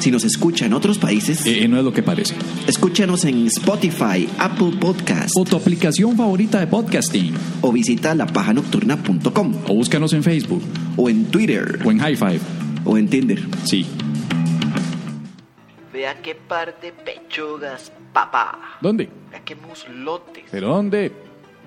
Si nos escucha en otros países, Eh, no es lo que parece. escúchanos en Spotify, Apple Podcast O tu aplicación favorita de podcasting. o visita lapajanocturna.com O búscanos en Facebook. o en Twitter O en High Five. o en Tinder. Sí. Vea qué par de pechugas, papá. ¿Dónde? Vea qué muslotes. ¿Pero dónde?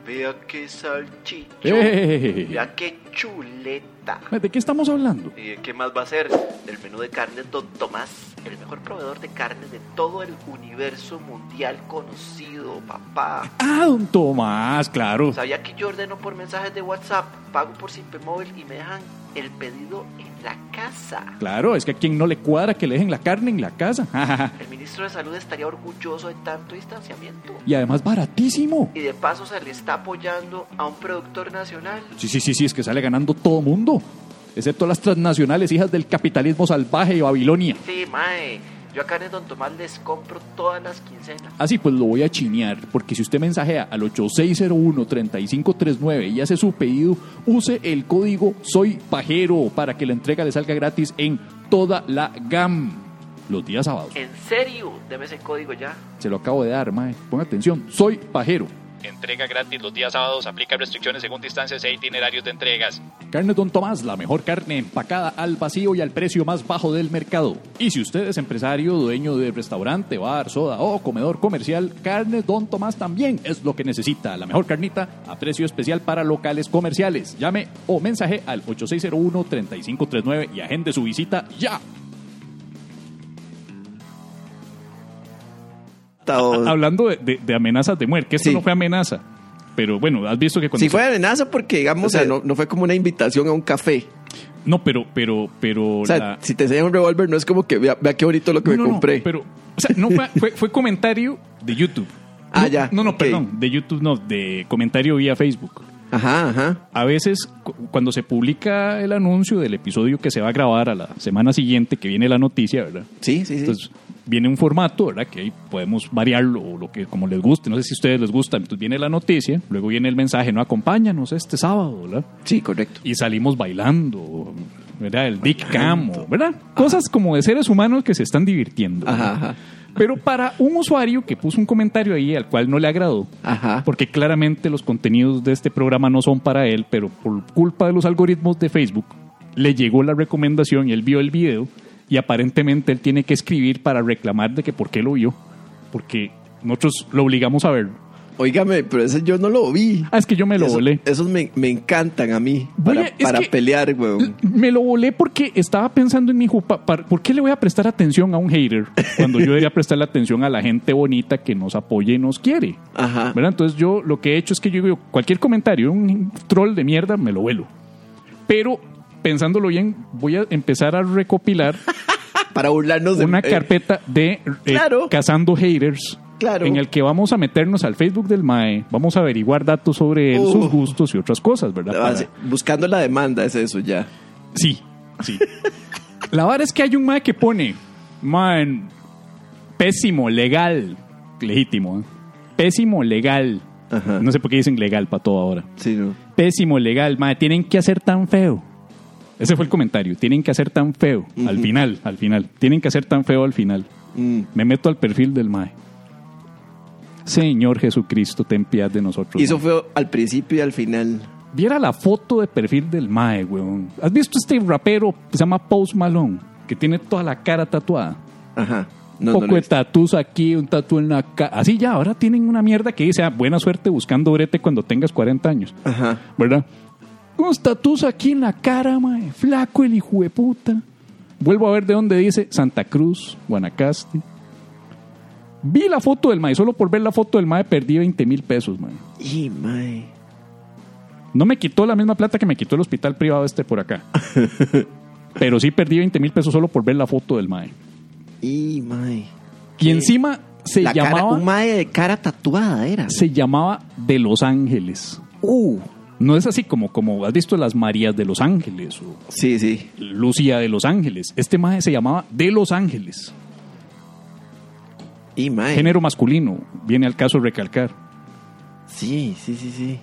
Vea qué salchichón. Eh. Vea qué chuleta. ¿De qué estamos hablando? ¿Y de qué más va a ser? Del menú de carnes Don Tomás, el mejor proveedor de carnes de todo el universo mundial conocido, papá. Ah, don Tomás, claro. ¿Sabía que yo ordeno por mensajes de WhatsApp, pago por Simple Móvil y me dejan el pedido en la casa? Claro, es que a quien no le cuadra que le dejen la carne en la casa. El ministro de Salud estaría orgulloso de tanto distanciamiento. y además baratísimo. Y de paso se le está apoyando a un productor nacional. Sí, sí, sí, sí, es que sale ganando todo mundo, excepto las transnacionales hijas del capitalismo salvaje de Babilonia. Sí, mae. Yo acá en Don Tomás les compro todas las quincenas. Así pues lo voy a chinear, porque si usted mensajea al 8601-3539 y hace su pedido, use el código Soy Pajero para que la entrega le salga gratis en toda la GAM los días sábados. ¿En serio? Deme ese código ya. Se lo acabo de dar, mae. Ponga atención, Soy Pajero. Entrega gratis los días sábados. Aplica restricciones según distancias e itinerarios de entregas. Carne Don Tomás, la mejor carne empacada al vacío y al precio más bajo del mercado. Y si usted es empresario, dueño de restaurante, bar, soda o comedor comercial, Carne Don Tomás también es lo que necesita. La mejor carnita a precio especial para locales comerciales. Llame o mensaje al 8601-3539 y agende su visita ya. O- Hablando de, de- de amenazas de muerte, que esto Sí. no fue amenaza. Pero bueno, has visto que cuando... Si fue amenaza porque, digamos, O sea, eh, no, no fue como una invitación a un café. No, pero, pero, pero... O sea, la- si te enseñan un revólver, no es como que vea, vea qué bonito lo que No, me no, compré. No, pero, o sea, no fue, fue, fue comentario de YouTube. Ah, No, ya, No, no, ok. perdón. De YouTube, no, de comentario vía Facebook. Ajá, ajá. A veces, cu- cuando se publica el anuncio del episodio que se va a grabar a la semana siguiente, que viene la noticia, ¿verdad? Sí, sí, sí. Entonces, viene un formato, ¿verdad? Que ahí podemos variarlo o lo que como les guste. No sé si a ustedes les gusta. Entonces, viene la noticia, luego viene el mensaje, no acompáñanos este sábado, ¿verdad? sí, correcto. y salimos bailando, ¿verdad? El Big Camo, ¿verdad? Cosas como de seres humanos que se están divirtiendo. Ajá, ajá. Pero para un usuario que puso un comentario ahí al cual no le agradó, Ajá. porque claramente los contenidos de este programa no son para él, pero por culpa de los algoritmos de Facebook, le llegó la recomendación y él vio el video y aparentemente él tiene que escribir para reclamar de que por qué lo vio, porque nosotros lo obligamos a verlo. Óigame, pero ese yo no lo vi. Ah, es que yo me lo Eso- volé. Esos me, me encantan a mí. Voy Para, a- es para que- pelear, weón. Me lo volé porque estaba pensando en mi jupa. par- ¿Por qué le voy a prestar atención a un hater cuando yo debería prestarle atención a la gente bonita que nos apoya y nos quiere? Ajá. ¿Verdad? Entonces yo lo que he hecho es que yo digo, cualquier comentario, un troll de mierda, me lo vuelo. Pero pensándolo bien, voy a empezar a recopilar Para burlarnos de una eh, carpeta de eh, Claro. cazando haters. Claro. En el que vamos a meternos al Facebook del MAE, vamos a averiguar datos sobre él, Uh. Ah, sus gustos y otras cosas, ¿verdad? Para- así, Buscando la demanda, es eso ya. Sí, sí. La vara es que hay un mae que pone, man, pésimo, legal, legítimo, ¿eh? pésimo, legal. Ajá. No sé por qué dicen legal para todo ahora. Sí, no. Pésimo, legal, mae, tienen que hacer tan feo. Ese fue el comentario, tienen que hacer tan feo al final, al final. Tienen que hacer tan feo al final. Mm. Me meto al perfil del mae. Señor Jesucristo, ten piedad de nosotros. Y eso fue al principio y al final. Viera la foto de perfil del Mae, weón. ¿Has visto este rapero que se llama Post Malone? Que tiene toda la cara tatuada. Ajá. Un No, no poco lo de he visto. tatuos aquí, un tatu en la cara. Así ya, ahora tienen una mierda que dice, ah, buena suerte buscando brete cuando tengas 40 años. Ajá. ¿Verdad? Unos tatuos aquí en la cara, Mae. Flaco el hijo de puta. Vuelvo a ver de dónde dice Santa Cruz, Guanacaste. Vi la foto del Mae. Solo por ver la foto del Mae perdí 20 mil pesos, Mae. Y, mae. No me quitó la misma plata que me quitó el hospital privado este por acá. Pero sí perdí 20 mil pesos solo por ver la foto del mae. Y, mae. Y encima se la cara, llamaba un mae de cara tatuada era. se llamaba De Los Ángeles. Uh, No es así como, como has visto las Marías de Los Ángeles o Sí, sí. Lucía de Los Ángeles. Este maje se llamaba De Los Ángeles. Y mae. Género masculino, viene al caso recalcar. Sí, sí, sí, sí.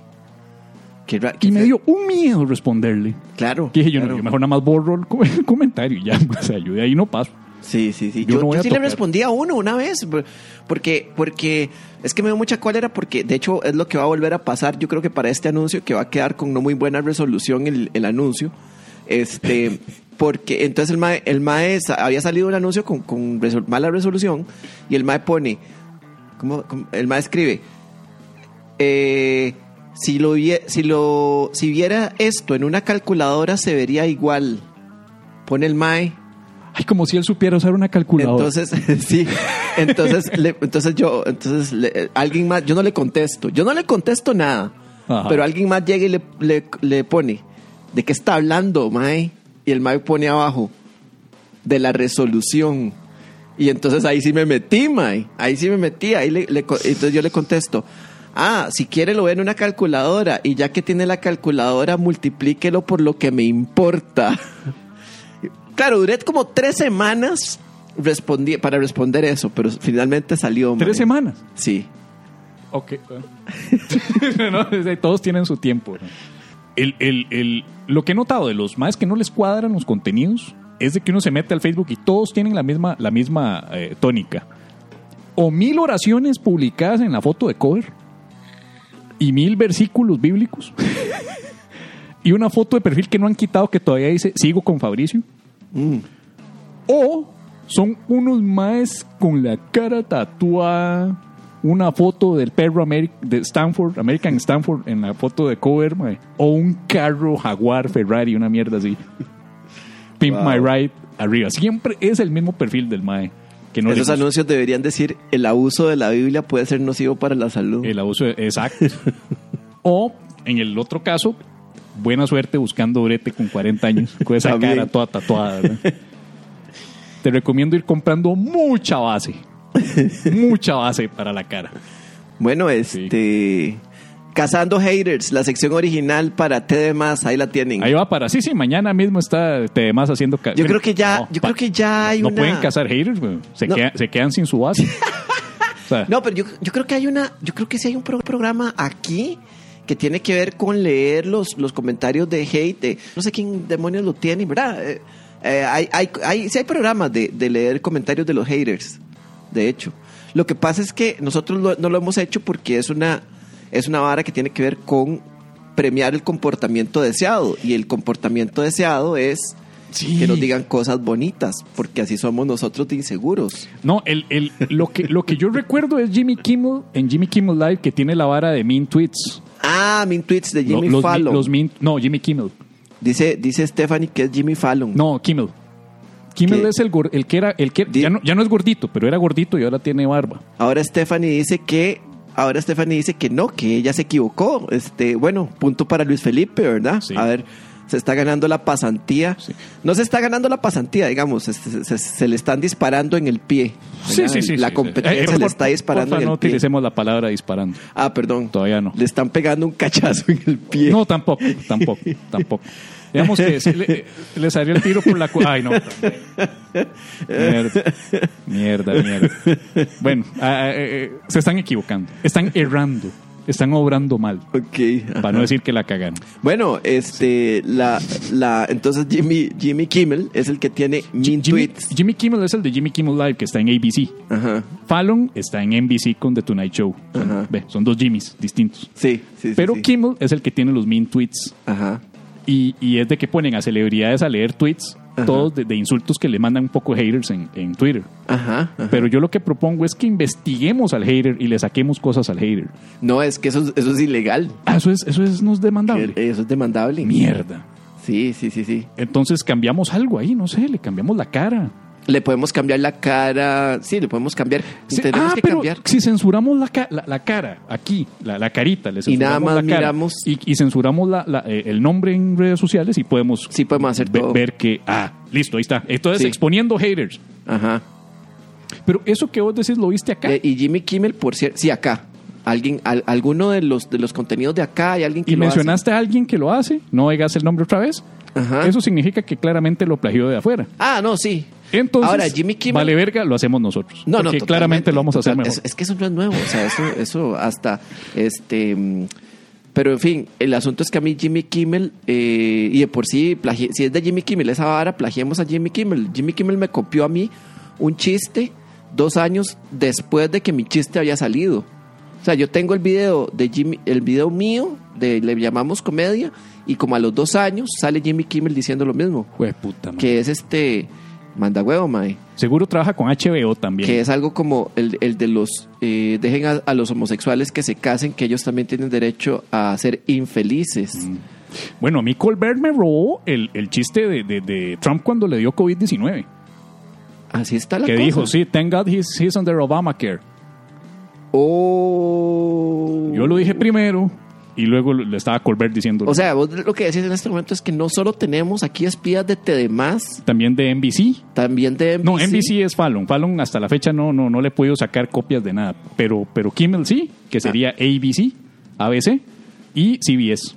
Qué ra- qué Y me fe- dio un miedo responderle. Claro. Que dije yo, no, claro. yo mejor nada más borro el, com- el comentario y ya, o sea, yo de ahí no paso. Sí, sí, sí. Yo Yo, no voy yo a sí tocar. le respondí a uno una vez, por- porque, porque es que me dio mucha cólera, porque de hecho es lo que va a volver a pasar, yo creo que para este anuncio, que va a quedar con no muy buena resolución el, el anuncio. Este, porque entonces el MAE, el mae sa- había salido un anuncio con, con resol- mala resolución y el MAE pone, ¿cómo- cómo? el MAE escribe, eh, si, lo, vie- si, lo, si viera esto en una calculadora se vería igual. Pone el MAE. Ay, como si él supiera usar una calculadora. Entonces, sí, entonces, le- entonces yo, entonces le- eh, alguien más, yo no le contesto, yo no le contesto nada, Ajá. pero alguien más llega y le, le- le pone, ¿de qué está hablando, Mae? Y el Mae pone abajo, de la resolución. Y entonces ahí sí me metí, Mae, ahí sí me metí, ahí le, le co- entonces yo le contesto. Ah, si quiere lo ve en una calculadora y ya que tiene la calculadora, multiplíquelo por lo que me importa. Claro, duré como tres semanas respondí, para responder eso, pero finalmente salió. mae. Tres semanas. Sí. Ok. No, no, o sea, todos tienen su tiempo. ¿no? El- el- el- lo que he notado de los más que no les cuadran los contenidos es de que uno se mete al Facebook y todos tienen la misma, la misma eh, tónica. O mil oraciones publicadas en la foto de cover y mil versículos bíblicos y una foto de perfil que no han quitado que todavía dice sigo con Fabricio. O son unos más con la cara tatuada. Una foto del perro Ameri- de Stanford, American Stanford, en la foto de cover, mae. O un carro Jaguar, Ferrari, una mierda así. Pimp Wow. My Ride arriba. Siempre es el mismo perfil del mae. Que no le Esos gusta. anuncios deberían decir el abuso de la Biblia puede ser nocivo para la salud. El abuso, de- exacto. o, en el otro caso, buena suerte buscando brete con 40 años, con esa También. cara toda tatuada. ¿verdad? Te recomiendo ir comprando mucha base. mucha base para la cara. Bueno, este. Cazando haters, la sección original para T de más, ahí la tienen. Ahí va para. Sí, sí, mañana mismo está te demás haciendo. ca- Yo creo que ya- yo creo pa- que ya hay No una- pueden cazar haters, güey. Se, No. queda- se quedan sin su base. O sea, No, pero yo, yo creo que hay una, yo creo que sí hay un pro- programa aquí que tiene que ver con leer los, los comentarios de hate. de- no sé quién demonios lo tiene, ¿verdad? Eh, eh, hay, hay, hay- sí hay programas de, de leer comentarios de los haters, de hecho. Lo que pasa es que nosotros lo- no lo hemos hecho porque es una, es una vara que tiene que ver con premiar el comportamiento deseado. Y el comportamiento deseado es Sí. que nos digan cosas bonitas, porque así somos nosotros de inseguros. No, el, el- lo, que, lo que yo recuerdo es Jimmy Kimmel en Jimmy Kimmel Live que tiene la vara de Mean Tweets. Ah, min tweets de Jimmy Lo- los, mi- Fallon. los min- no, Jimmy Kimmel. Dice, dice Stephanie que es Jimmy Fallon. No, Kimmel. Kimmel ¿Qué? es el, gor- el que era, el que Di- ya no, ya no es gordito, pero era gordito y ahora tiene barba. Ahora Stephanie dice que. Ahora Stephanie dice que no, que ella se equivocó. Este, bueno, punto para Luis Felipe, ¿verdad? Sí. A ver, se está ganando la pasantía. Sí. No se está ganando la pasantía, digamos, este, se, se- se le están disparando en el pie. ¿verdad? La competencia Eh, le por- está disparando porfa, en no el pie. utilicemos la palabra disparando. Ah, perdón. Todavía no. Le están pegando un cachazo en el pie. No, tampoco, tampoco, tampoco. Digamos que sí le- le salió el tiro por la... cu- Ay, no. también. Mierda, mierda, mierda. Bueno, ah, eh, eh, se están equivocando, están errando, están obrando mal, Ok. ajá. para no decir que la cagaron. Bueno, este, la, la, entonces Jimmy, Jimmy Kimmel es el que tiene min Jimmy, tweets. Jimmy Kimmel es el de Jimmy Kimmel Live, que está en ABC. Ajá. Fallon está en NBC con The Tonight Show. Son, Ajá. ve, son dos Jimmys distintos. Sí, sí, sí, Pero sí. Kimmel es el que tiene los mean tweets. Ajá. Y, y es de que ponen a celebridades a leer tweets, Ajá. todos de, de insultos que le mandan un poco haters en, en Twitter. Ajá. ajá. Pero yo lo que propongo es que investiguemos al hater y le saquemos cosas al hater. No, es que eso, es- eso es ilegal. Ah, eso es, eso es, no es demandable. Eso es demandable. Mierda. Sí, sí, sí, sí. Entonces cambiamos algo ahí, no sé, le cambiamos la cara. Le podemos cambiar la cara. Sí, le podemos cambiar. Sí, Tenemos ah, que pero cambiar. si censuramos la, ca- la, la cara aquí, la, la carita, le Y nada censuramos más la cara, miramos. y, y censuramos la- la, eh, el nombre en redes sociales y podemos, Sí, podemos hacer ve- todo. ver que, ah, listo, ahí está. Entonces, Sí. exponiendo haters. Ajá. Pero eso que vos decís lo viste acá. Eh, Y Jimmy Kimmel, por cierto. Sí, acá. Alguien, al- alguno de los, de los contenidos de acá hay alguien que Y lo hace. mencionaste a alguien que lo hace, no digas el nombre otra vez. Ajá. Eso significa que claramente lo plagió de afuera. Ah, no, sí. Entonces, Ahora, Jimmy Kimmel. vale verga, lo hacemos nosotros. No, no, porque totalmente, claramente lo vamos a hacer total- mejor. Es, es que eso no es nuevo, o sea, eso, eso hasta este. mm, Pero en fin, el asunto es que a mí Jimmy Kimmel, eh, y de por sí, plagi- si es de Jimmy Kimmel, esa vara, plagiemos a Jimmy Kimmel. Jimmy Kimmel me copió a mí un chiste dos años después de que mi chiste había salido. O sea, yo tengo el video de Jimmy, el video mío, de le llamamos comedia, y como a los dos años sale Jimmy Kimmel diciendo lo mismo, Jue puta, man. que es este, manda huevo, mae Seguro trabaja con HBO también. que es algo como el, el de los eh, dejen a, a los homosexuales que se casen, que ellos también tienen derecho a ser infelices. Mm. Bueno, a mí Colbert me robó el, el chiste de, de- de Trump cuando le dio COVID-19. Así está la Que cosa. dijo, sí, thank God he's, he's under Obamacare. Oh. Yo lo dije primero y luego le estaba Colbert diciendo. O sea, vos lo que decís en este momento es que no solo tenemos aquí espías de TDMás, también de NBC. también de NBC. No, NBC es Fallon. Fallon hasta la fecha no, no, no le he podido sacar copias de nada. Pero, pero Kimmel sí, que sería ABC, ABC y CBS.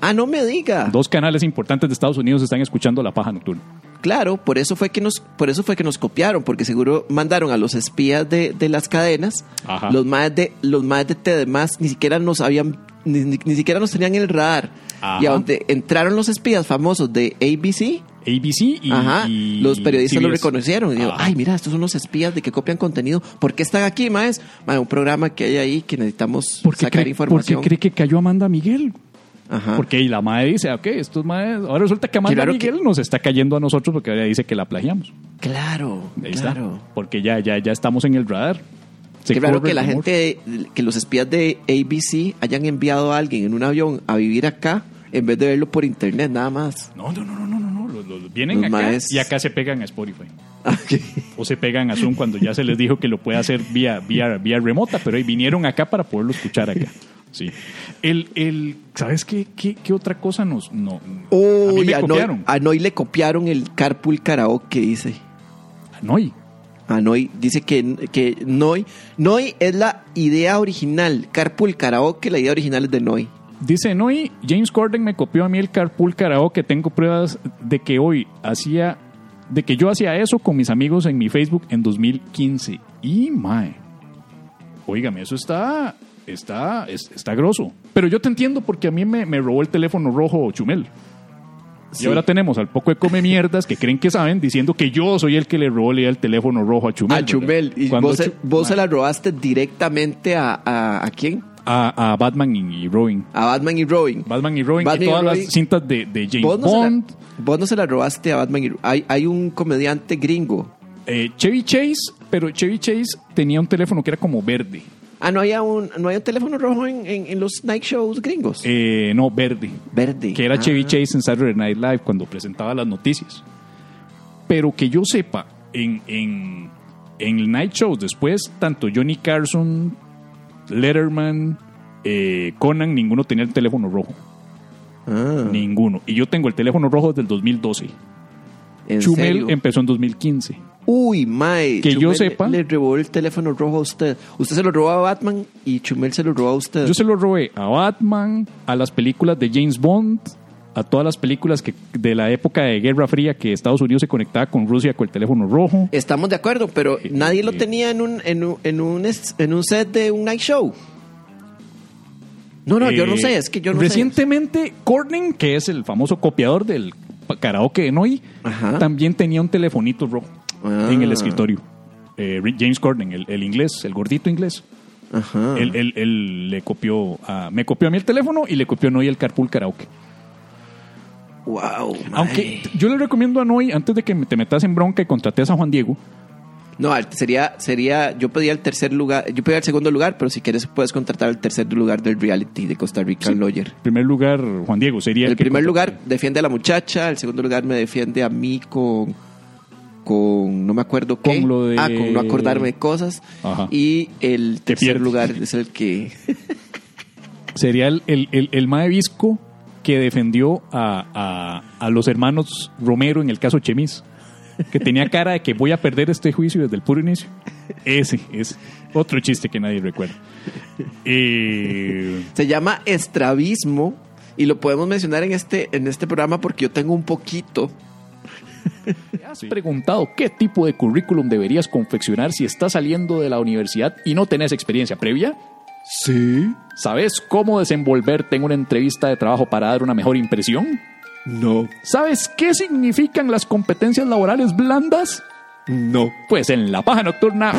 Ah, no me diga. Dos canales importantes de Estados Unidos están escuchando La Paja Nocturna. Claro, por eso fue que nos, por eso fue que nos copiaron, porque seguro mandaron a los espías de, de las cadenas, Ajá. los más de, los más de TDMás ni siquiera nos habían, ni, ni- ni siquiera nos tenían en el radar. Ajá. Y a donde entraron los espías famosos de ABC, ABC y, Ah. ajá, y los periodistas lo CBS. reconocieron. Y digo, Ajá. ay, mira, estos son los espías de que copian contenido. ¿Por qué están aquí, maes? Mae, un programa que hay ahí que necesitamos ¿Por qué sacar cree- información. por qué cree que cayó Amanda Miguel? Ajá. Porque y la madre dice, ok, estos madres. Ahora resulta que Amanda Ah. Claro que- Miguel nos está cayendo a nosotros porque ahora dice que la plagiamos. Claro, Ahí claro. está. Porque ya, ya, ya estamos en el radar. Se Qué raro corre que el la rumor. gente, que los espías de ABC hayan enviado a alguien en un avión a vivir acá en vez de verlo por internet nada más. No, no, no, no, no, no. no. Los, los- vienen Los acá maes- Ah, y acá se pegan a Spotify. Ok. O se pegan a Zoom cuando ya se les dijo que lo puede hacer vía, vía, vía remota, pero ahí vinieron acá para poderlo escuchar acá. Sí. El, el, ¿Sabes qué, qué, qué otra cosa nos.? No, a mí Uy, me Oh, a Noy- copiaron. a Noy le copiaron el carpool karaoke, dice. Anoy. A Noy dice que, que Noy, Noy es la idea original. Carpool karaoke, la idea original es de Noy. Dice Noy, James Corden me copió a mí el carpool karaoke. Tengo pruebas de que hoy hacía, de que yo hacía eso con mis amigos en mi Facebook en 2015. Y mae, óigame, eso está, está, es- está grosso. Pero yo te entiendo porque a mí me, me robó el teléfono rojo Chumel. Y Sí. ahora tenemos al poco de come mierdas que creen que saben diciendo que yo soy el que le robó el teléfono rojo a Chumel. A Ah, Chumel. ¿verdad? Y Cuando vos, se- Chu- vos se mae, la robaste directamente a, a, ¿a quién? a, a Batman y y Robin. A Batman y Robin. Batman y Robin Batman y y todas Robin. las cintas de, de James Vos no, se la, Bond. vos no se la robaste a Batman y hay, hay un comediante gringo. Eh, Chevy Chase, pero Chevy Chase tenía un teléfono que era como verde. Ah, no había un, no había un teléfono rojo en, en- en los night shows gringos. Eh, no, verde. Verde. Que era Ah. Chevy Chase en Saturday Night Live cuando presentaba las noticias. Pero que yo sepa, en, en, en el Night Show después, tanto Johnny Carson, Letterman, eh, Conan, ninguno tenía el teléfono rojo. Ah, Ninguno. Y yo tengo el teléfono rojo desde el 2012. ¿en Chumel serio? empezó en 2015. Uy, mae. Que yo Chumel sepa- Le, le robó el teléfono rojo a usted. Usted se lo robó a Batman y Chumel se lo robó a usted. Yo se lo robé a Batman, a las películas de James Bond, a todas las películas que, de la época de Guerra Fría que Estados Unidos se conectaba con Rusia con el teléfono rojo. Estamos de acuerdo, pero Eh, nadie lo eh. tenía en un, en, un, en, un, es- en un set de un night show. No, no, yo Eh, no sé, es que yo no sé. Recientemente, Corning, que es el famoso copiador del pa- karaoke de Noy, Ajá. también tenía un telefonito rojo Ah. en el escritorio. Eh, James Corning, el, el inglés, el gordito inglés, Ajá. él, él- él le copió a- me copió a mí el teléfono y le copió a Noy el carpool karaoke. Wow, mae. Aunque yo le recomiendo a Noy, antes de que te metas en bronca y contrates a Juan Diego, No, al- sería, sería, yo pedía el tercer lugar, yo pedía el segundo lugar, pero si quieres puedes contratar el tercer lugar del reality de Costa Rica Lawyer. primer lugar, Juan Diego, sería... El que primer contra- lugar defiende a la muchacha, el segundo lugar me defiende a mí con, con no me acuerdo qué. Con lo de- Ah, con no acordarme de cosas. Ajá. Y el tercer pierdes. lugar es el que... Sería el, el, el, el mae Visco que defendió a, a- a los hermanos Romero en el caso Chemis, que tenía cara de que voy a perder este juicio desde el puro inicio. Ese es otro chiste que nadie recuerda. Eh, Se llama estrabismo y lo podemos mencionar en este, en este programa porque yo tengo un poquito. ¿Te has preguntado qué tipo de currículum deberías confeccionar si estás saliendo de la universidad y no tenés experiencia previa? Sí. ¿Sabes cómo desenvolverte en una entrevista de trabajo para dar una mejor impresión? No. ¿Sabes qué significan las competencias laborales blandas? No. Pues en La Paja Nocturna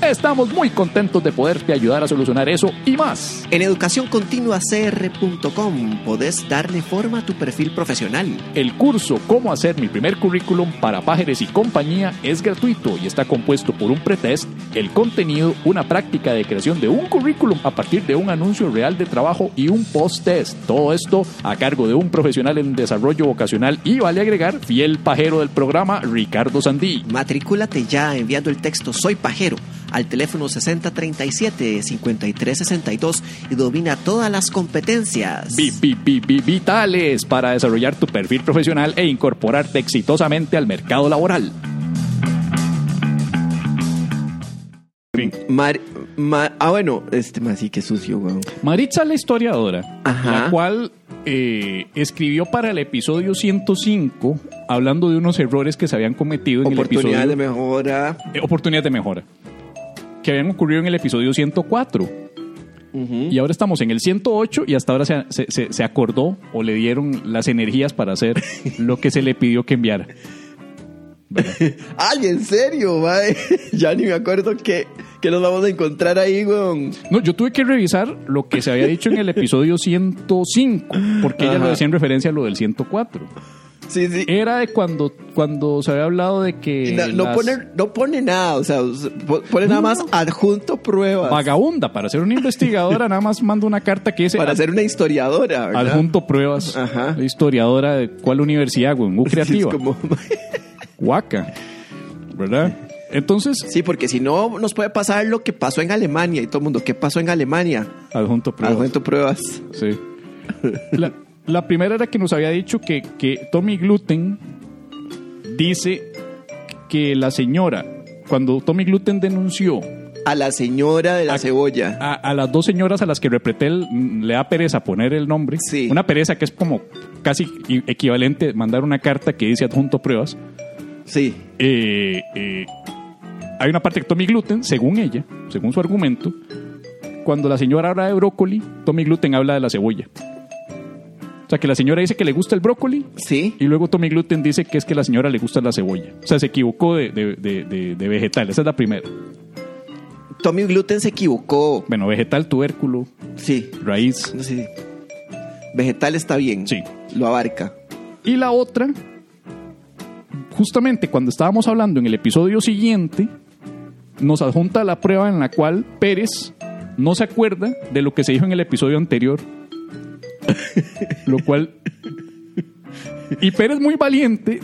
estamos muy contentos de poderte ayudar a solucionar eso y más. En educacioncontinuacr.com podés darle forma a tu perfil profesional. El curso Cómo hacer mi primer currículum para pájaros y compañía es gratuito y está compuesto por un pretest, el contenido, una práctica de creación de un currículum a partir de un anuncio real de trabajo y un post-test. Todo esto a cargo de un profesional en desarrollo vocacional y vale agregar fiel pajero del programa Ricardo Sandí. Matricúlate ya enviando el texto Soy Pajero al teléfono 6037-5362 y domina todas las competencias. Vi- vi- vi- vi- Vitales para desarrollar tu perfil profesional e incorporarte exitosamente al mercado laboral. Mar- ma- ah, bueno, este más sí que sucio, weón. Maritza la historiadora, Ajá. la cual eh, escribió para el episodio 105 hablando de unos errores que se habían cometido en el Oportunidades episodio de mejora. eh, oportunidades de mejora que habían ocurrido en el episodio 104 y ahora estamos en el 108 y hasta ahora se, se- se- se acordó o le dieron las energías para hacer lo que se le pidió que enviara. Ay, en serio, mae. ya ni me acuerdo que, que nos vamos a encontrar ahí, weón. No, yo tuve que revisar lo que se había dicho en el episodio 105 porque ella Ajá. lo decía en referencia a lo del 104. Sí, sí. Era de cuando, cuando se había hablado de que. No, no las- pone, no pone nada, o sea, po- pone nada más adjunto pruebas Vagabunda, para ser una investigadora, nada más manda una carta que dice. para ser una historiadora, ¿verdad? Adjunto pruebas. Ajá. Historiadora de cuál universidad, güey. U Sí, es creativa. como- Huaca. ¿Verdad? Entonces, Sí, porque si no, nos puede pasar lo que pasó en Alemania y todo el mundo, ¿qué pasó en Alemania? adjunto pruebas. Adjunto pruebas. Sí. La, la primera era que nos había dicho que, que Tommy Gluten dice que la señora, cuando Tommy Gluten denunció A la señora de la A- cebolla. a, a las dos señoras a las que Repretel mm, le da pereza poner el nombre, Sí. una pereza que es como casi i- equivalente mandar una carta que dice adjunto pruebas, Sí. eh, eh, hay una parte que Tommy Gluten, según ella, según su argumento, cuando la señora habla de brócoli, Tommy Gluten habla de la cebolla. O sea, que la señora dice que le gusta el brócoli Sí. y luego Tommy Gluten dice que es que la señora le gusta la cebolla. O sea, se equivocó de, de, de- de- de vegetal. Esa es la primera. Tommy Gluten se equivocó. Bueno, vegetal, tubérculo, Sí. raíz. No sé. Vegetal está bien. Sí. Lo abarca. Y la otra, justamente cuando estábamos hablando en el episodio siguiente, nos adjunta la prueba en la cual Pérez no se acuerda de lo que se dijo en el episodio anterior. lo cual. Y Pérez muy valiente,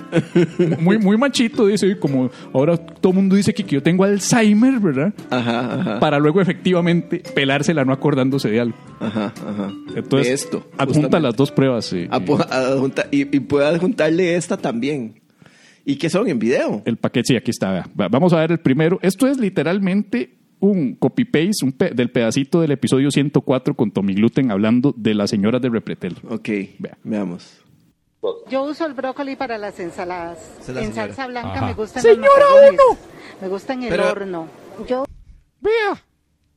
muy, muy machito, dice, "Uy, como ahora todo el mundo dice que, que yo tengo Alzheimer, ¿verdad? Ajá, ajá. Para luego efectivamente pelársela no acordándose de algo. Ajá, ajá. Entonces, De esto. adjunta justamente. las dos pruebas. eh, Ah, eh, pu- adjunta- y, y puede adjuntarle esta también. ¿Y qué son en video? el paquete, sí, aquí está. vea. Va- Vamos a ver el primero. Esto es literalmente un copy-paste un pe- del pedacito del episodio 104 con Tommy Gluten hablando de las señoras de Repretel. Ok, Vea. veamos. Yo uso el brócoli para las ensaladas. Esa es la en señora. salsa blanca Ajá. me gustan ¡Señora, los macarrones. uno! Me gustan el Pero- horno. Yo ¡Vea!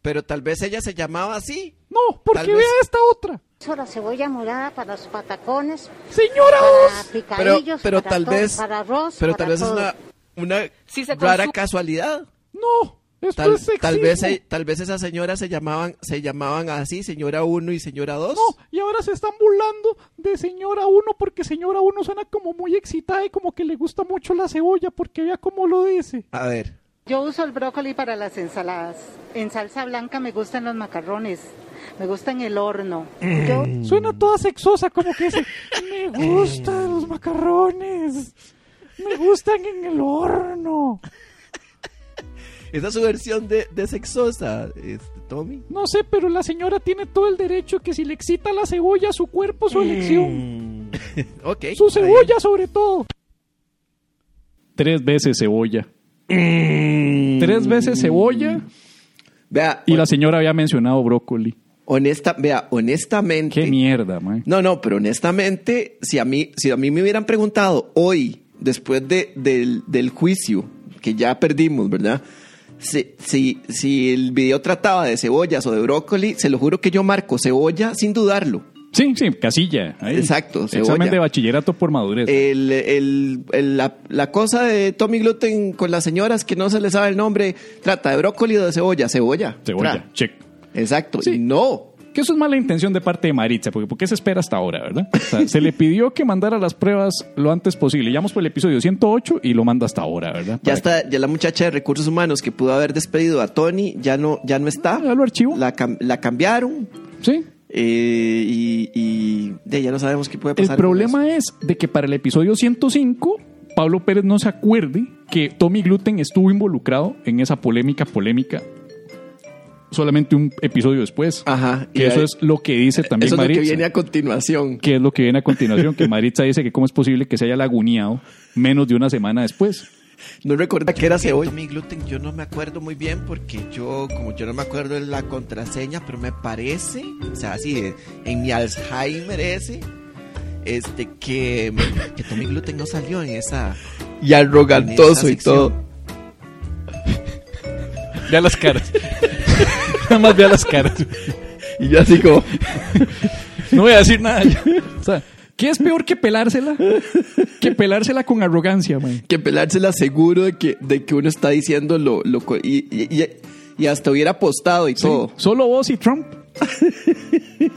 Pero tal vez ella se llamaba así. ¡No! porque Tal vez- vea esta otra! uso la cebolla morada para los patacones, ¡Señora para Pero, picadillos, pero para tal to- vez. para arroz, pero para tal vez todo. es una, una Sí se rara consume. casualidad. ¡No! Esto Tal, tal vez e- tal vez esas señoras se llamaban se llamaban así, señora 1 y señora 2. y ahora se están burlando de señora 1 porque señora 1 suena como muy excitada y como que le gusta mucho la cebolla porque vea cómo lo dice. A ver. Yo uso el brócoli para las ensaladas. En salsa blanca me gustan los macarrones. Me gustan el horno. Yo Suena toda sexosa, como que dice, me gustan los macarrones, me gustan en el horno. Esa es su versión de, de sexosa, este, Tommy. No sé, pero la señora tiene todo el derecho que si le excita la cebolla, su cuerpo, su elección, Ok. su está cebolla sobre todo. Tres veces cebolla. Tres veces cebolla Vea, y la señora había mencionado brócoli. honesta, vea, honestamente. Qué mierda, man. No, no, pero honestamente, si a mí, si a mí me hubieran preguntado hoy, después de- del, del juicio, que ya perdimos, ¿verdad? Si, si, si el video trataba de cebollas o de brócoli, se lo juro que yo marco cebolla sin dudarlo. Sí, sí, casilla. ahí. Exacto, cebolla. Eh, Examen de bachillerato por madurez. El, el- el- la, la cosa de Tommy Gluten con las señoras que no se les sabe el nombre, trata de brócoli o de cebolla, cebolla. cebolla, Tra. check. Exacto. Sí. Y no. Que eso es mala intención de parte de Maritza, porque ¿por qué se espera hasta ahora, verdad? O sea, se le pidió que mandara las pruebas lo antes posible. Ya vamos por el episodio 108 y lo manda hasta ahora, ¿verdad? Ya Para está, ya la muchacha de recursos humanos que pudo haber despedido a Tony ya no, ya no está. Ya lo archivó. La, cam- la cambiaron que- Sí. eh, y, y de, ya no sabemos qué puede El pasar. con eso. problema es de que para el episodio 105, Pablo Pérez no se acuerde que Tommy Gluten estuvo involucrado en esa polémica, polémica. Solamente un episodio después. Ajá. Que Ah, Y eso ahí- es lo que dice también eso es lo Maritza. que viene a continuación. que es lo que viene a continuación, que Maritza dice que cómo es posible que se haya laguneado menos de una semana después. No recuerda que era cebolla. Tommy Gluten, yo no me acuerdo muy bien porque yo, como yo no me acuerdo de la contraseña, pero me parece, o sea, así de- en mi Alzheimer ese, este, que, que Tommy Gluten no salió en esa. Y arrogantoso y en esa sección. todo. Vea las caras. Nada más vea las caras. Y yo así como, No voy a decir nada. O sea, ¿qué es peor que pelársela? Que pelársela con arrogancia, man. que pelársela seguro de que, de que uno está diciendo lo, lo co- y, y- y- y hasta hubiera apostado y Sí, todo. Solo vos y Trump.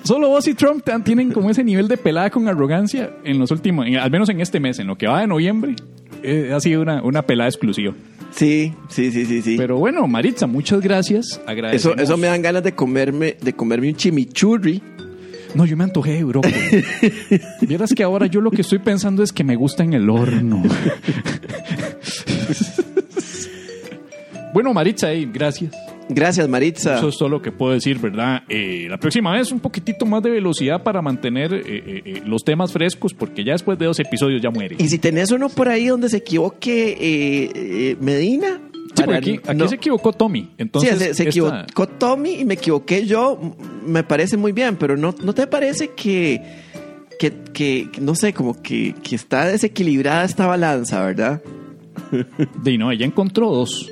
Solo vos y Trump tan- tienen como ese nivel de pelada con arrogancia en los últimos, en- al menos en este mes, en lo que va de noviembre, eh, ha sido una, una pelada exclusiva. Sí, sí, sí, sí, sí. Pero bueno, Maritza, muchas gracias. eso, Agradecemos. eso me dan ganas de comerme, de comerme un chimichurri. No, yo me antojé de brócoli. Vieras que ahora yo lo que estoy pensando es que me gusta en el horno. bueno, Maritza, eh, gracias. Gracias, Maritza. Eso es todo lo que puedo decir, ¿verdad? Eh, la próxima vez un poquitito más de velocidad para mantener eh, eh, eh, los temas frescos, porque ya después de dos episodios ya muere. Y si tenés uno por ahí donde se equivoque eh, eh, Medina. Sí, porque para- aquí, aquí no. se equivocó Tommy. Sí, Entonces, se, se esta- equivocó Tommy y me equivoqué yo. m- Me parece muy bien, pero ¿no, no te parece que, que, que- que, no sé, como que, que está desequilibrada esta balanza, verdad? De no, ella encontró dos.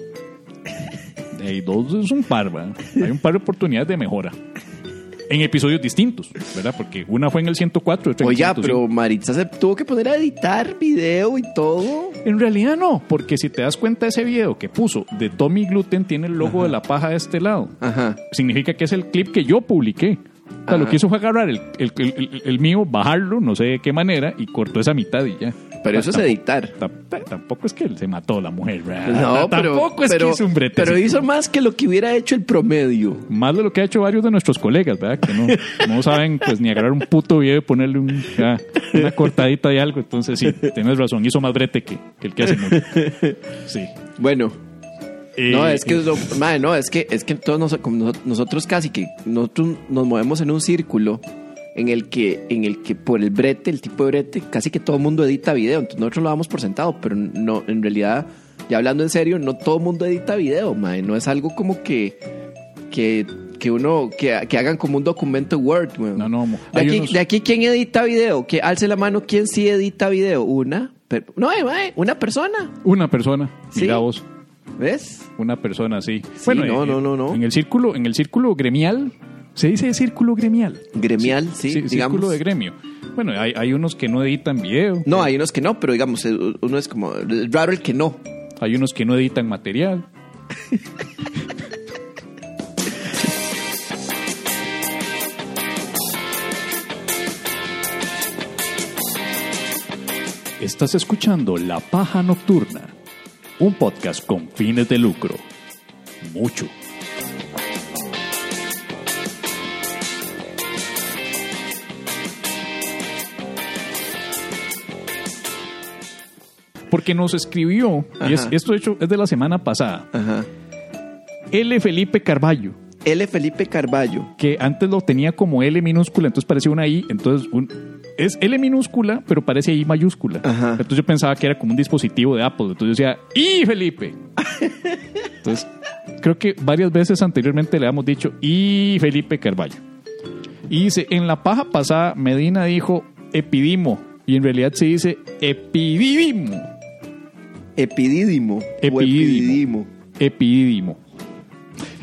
De ahí dos es un par, ¿verdad? Hay un par de oportunidades de mejora. En episodios distintos, ¿verdad? Porque una fue en el 104, otra en el Oiga, 105. pero Maritza se tuvo que poner a editar video y todo. En realidad no, porque si te das cuenta ese video que puso de Tommy Gluten tiene el logo de la paja de este lado. Ajá. Significa que es el clip que yo publiqué. O Ah. sea, lo que hizo fue agarrar el, el- el- el- el mío, bajarlo, no sé de qué manera, y cortó esa mitad y ya. Pero O eso sea, es editar. tampoco- tam- tampoco es que se mató la mujer, ¿verdad? No, pero, Ah, tampoco es pero, que hizo un brete. pero hizo más que lo que hubiera hecho el promedio. Más de lo que ha hecho varios de nuestros colegas, ¿verdad? Que no, no saben pues ni agarrar un puto video y ponerle un- ya, una cortadita de algo. Entonces sí, tienes razón. Hizo más brete que, que el que hace mucho. Sí. Bueno, Eh, no, es que, eh, lo- madre, no, es que, es que todos nos- como noso- nosotros casi que nosotros nos movemos en un círculo en el que, en el que por el brete, el tipo de brete, casi que todo el mundo edita video. Entonces nosotros lo damos por sentado, pero no, en realidad, ya hablando en serio, no todo el mundo edita video, madre. No es algo como que, que, que uno, que, que hagan como un documento Word, weón. No, no, mo- De hay aquí, unos- de aquí, ¿quién edita video? Que alce la mano, ¿quién sí edita video? Una, per- no, eh, mae, una persona, Una persona, Sí. mira vos, ¿ves? una persona así. Sí, no, no, no, no. En el círculo, en el círculo gremial, se dice círculo gremial. Gremial, sí, digamos. círculo de gremio. Bueno, hay, hay unos que no editan video, No, hay unos que no, pero digamos, eh, uno es como es raro el que no. hay unos que no editan material. Estás escuchando La Paja Nocturna, un podcast con fines de lucro. Mucho. Porque nos escribió, y es- Ajá. esto de hecho es de la semana pasada, Ajá. L. Felipe Carballo, L. Felipe Carballo. que antes lo tenía como L minúscula, entonces parecía una I, entonces un es L minúscula, pero parece I mayúscula. Ajá. Entonces yo pensaba que era como un dispositivo de Apple. Entonces yo decía, ¡Y Felipe! Entonces, creo que varias veces anteriormente le hemos dicho, ¡Y Felipe Carballo! Y dice, en la paja pasada, Medina dijo, epidimo. Y en realidad se dice, epididimo. Epidídimo. O Epididimo. epididimo. Epididimo.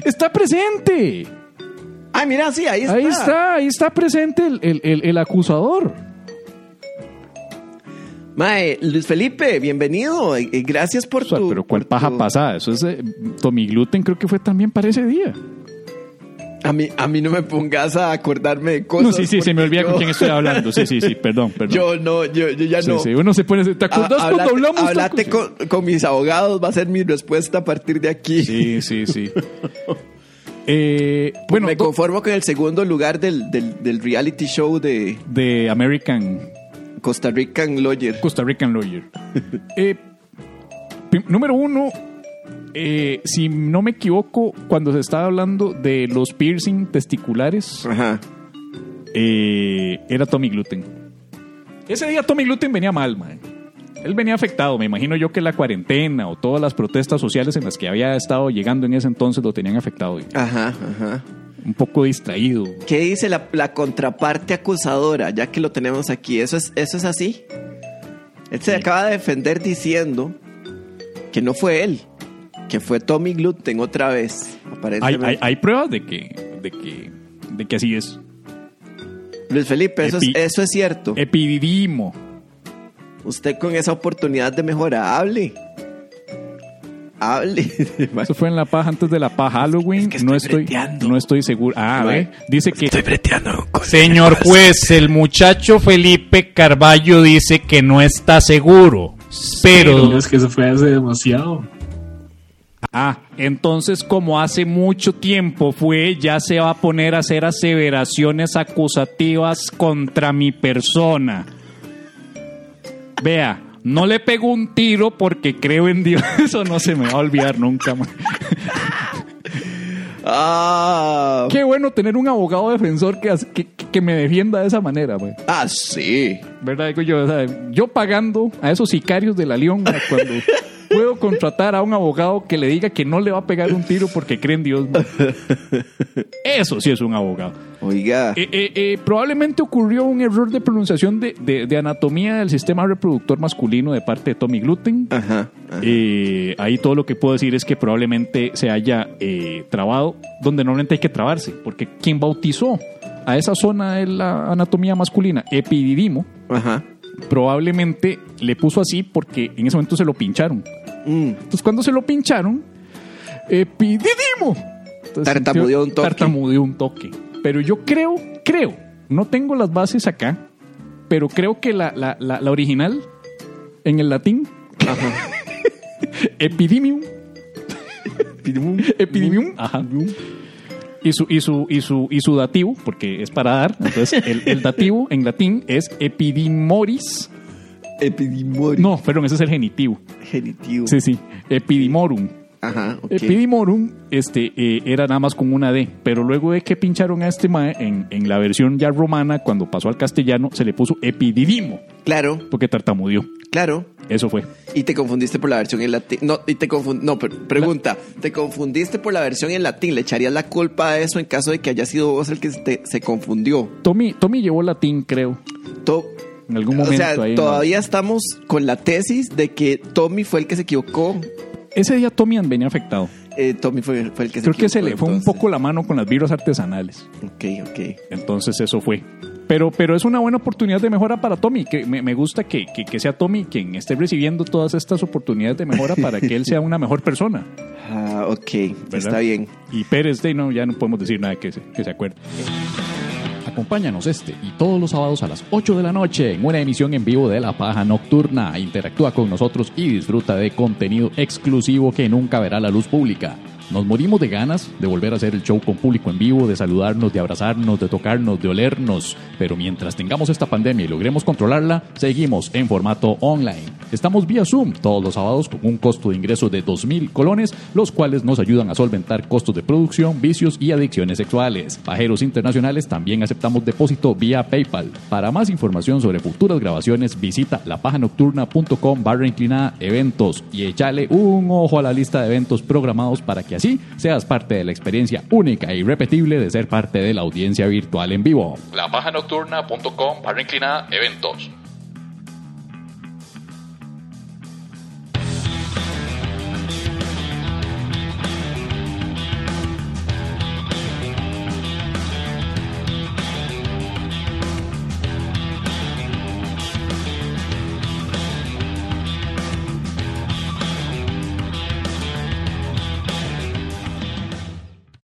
¡Está presente! Ah, mira, sí, ahí está. Ahí está, ahí está presente el- el- el- el acusador. Mae, Luis Felipe, bienvenido. Eh, eh, Gracias por O sea, tu. pero ¿cuál por paja tu- pasada? Eso es eh, Tomigluten, creo que fue también para ese día. A mí, a mí no me pongas a acordarme de cosas. No, sí, sí, se me porque olvida yo- con quién estoy hablando. Sí, sí, sí, perdón, perdón. Yo no, yo, yo ya Sí, no. sí, uno se pone. ¿Te acordás A- cuando hablate- hablamos? hablate tacos? con, con mis abogados, va a ser mi respuesta a partir de aquí. Sí, sí, sí. Eh, bueno, me do- conformo con el segundo lugar del, del, del reality show de de American Costa Rican Lawyer. Costa Rican Lawyer. Eh, prim- número uno, eh, si no me equivoco, cuando se estaba hablando de los piercing testiculares, Ajá. eh, era Tommy Gluten. Ese día Tommy Gluten venía mal, man. Él venía afectado, me imagino yo que la cuarentena o todas las protestas sociales en las que había estado llegando en ese entonces lo tenían afectado, y Ajá, ajá. un poco distraído. ¿Qué dice la, la contraparte acusadora? Ya que lo tenemos aquí, ¿eso es, eso es así? Él se acaba de defender diciendo que no fue él, que fue Tommy Gluten otra vez. Hay, aparentemente. hay- hay pruebas de que, de que, de que así es. Luis Felipe, eso, Epi- eh, es, eso es cierto. Epididimo. Usted con esa oportunidad de mejora, hable. Hable. Eso fue en la paja antes de la paja Halloween. que estoy no estoy, breteando. no estoy seguro. Ah, Mae. ve. Dice que breteando. Señor juez, el muchacho Felipe Carballo dice que no está seguro, pero Es que eso fue hace demasiado. ah, entonces como hace mucho tiempo fue, ya se va a poner a hacer aseveraciones acusativas contra mi persona. Vea, no le pego un tiro porque creo en Dios, eso no se me va a olvidar nunca. ma. Ah, qué bueno tener un abogado defensor que, as- que, que- que me defienda de esa manera, güey. ah, sí. ¿Verdad? Digo yo, o sea, yo pagando a esos sicarios de la León ma, cuando puedo contratar a un abogado que le diga que no le va a pegar un tiro porque cree en Dios. ma. Eso sí es un abogado. Oiga, Eh, eh, eh, probablemente ocurrió un error de pronunciación de, de- de anatomía del sistema reproductor masculino de parte de Tommy Gluten. ajá. Eh, ahí todo lo que puedo decir es que probablemente se haya eh, trabado donde normalmente hay que trabarse, porque quien bautizó a esa zona de la anatomía masculina, epididimo, Ajá. probablemente le puso así porque en ese momento se lo pincharon. Mm. Entonces cuando se lo pincharon, epididimo. Entonces, sintió- Tartamudeó un toque. Tartamudeó un toque. Pero yo creo, creo, no tengo las bases acá, pero creo que la, la- la- la original en el latín, epidimium, epidimium, ajá, Y su, y, su, y, su, y su dativo, porque es para dar, entonces el, el dativo en latín es epidimoris. Epidimorio. No, perdón, ese es el genitivo. Genitivo. Sí, sí, epidimorum. Ajá, ok. Epidimorum este, eh, era nada más con una D, pero luego de que pincharon a este mae en, en la versión ya romana, cuando pasó al castellano, se le puso epididimo, Claro, porque tartamudeó. claro. Eso fue. Y te confundiste por la versión en latín. No, y te confund... no pero pregunta. ¿Te confundiste por la versión en latín? ¿Le echarías la culpa a eso en caso de que haya sido vos el que te- se confundió? Tommy, Tommy llevó latín, creo, To- en algún o momento. sea, ahí, ¿no? todavía estamos con la tesis de que Tommy fue el que se equivocó. Ese día Tommy venía afectado. Eh, Tommy fue, fue el que se Creo que se le equivocó, fue un entonces. poco la mano con las birras artesanales. Ok, ok. Entonces eso fue. Pero, pero es una buena oportunidad de mejora para Tommy. Que me, me gusta que, que- que sea Tommy quien esté recibiendo todas estas oportunidades de mejora para que él sea una mejor persona. Ah, ok. ¿verdad? Está bien. Y Pérez Day, no, ya no podemos decir nada que se, que se acuerde. Acompáñanos este y todos los sábados a las 8 de la noche en una emisión en vivo de La Paja Nocturna. Interactúa con nosotros y disfruta de contenido exclusivo que nunca verá la luz pública. Nos morimos de ganas de volver a hacer el show con público en vivo, de saludarnos, de abrazarnos, de tocarnos, de olernos. Pero mientras tengamos esta pandemia y logremos controlarla, seguimos en formato online. Estamos vía Zoom todos los sábados con un costo de ingreso de 2.000 colones, los cuales nos ayudan a solventar costos de producción, vicios y adicciones sexuales. Pajeros internacionales también aceptamos depósito vía PayPal. Para más información sobre futuras grabaciones, visita lapajanocturna.com barra inclinada eventos y échale un ojo a la lista de eventos programados para que así seas parte de la experiencia única e irrepetible de ser parte de la audiencia virtual en vivo. Lapajanocturna.com barra inclinada eventos.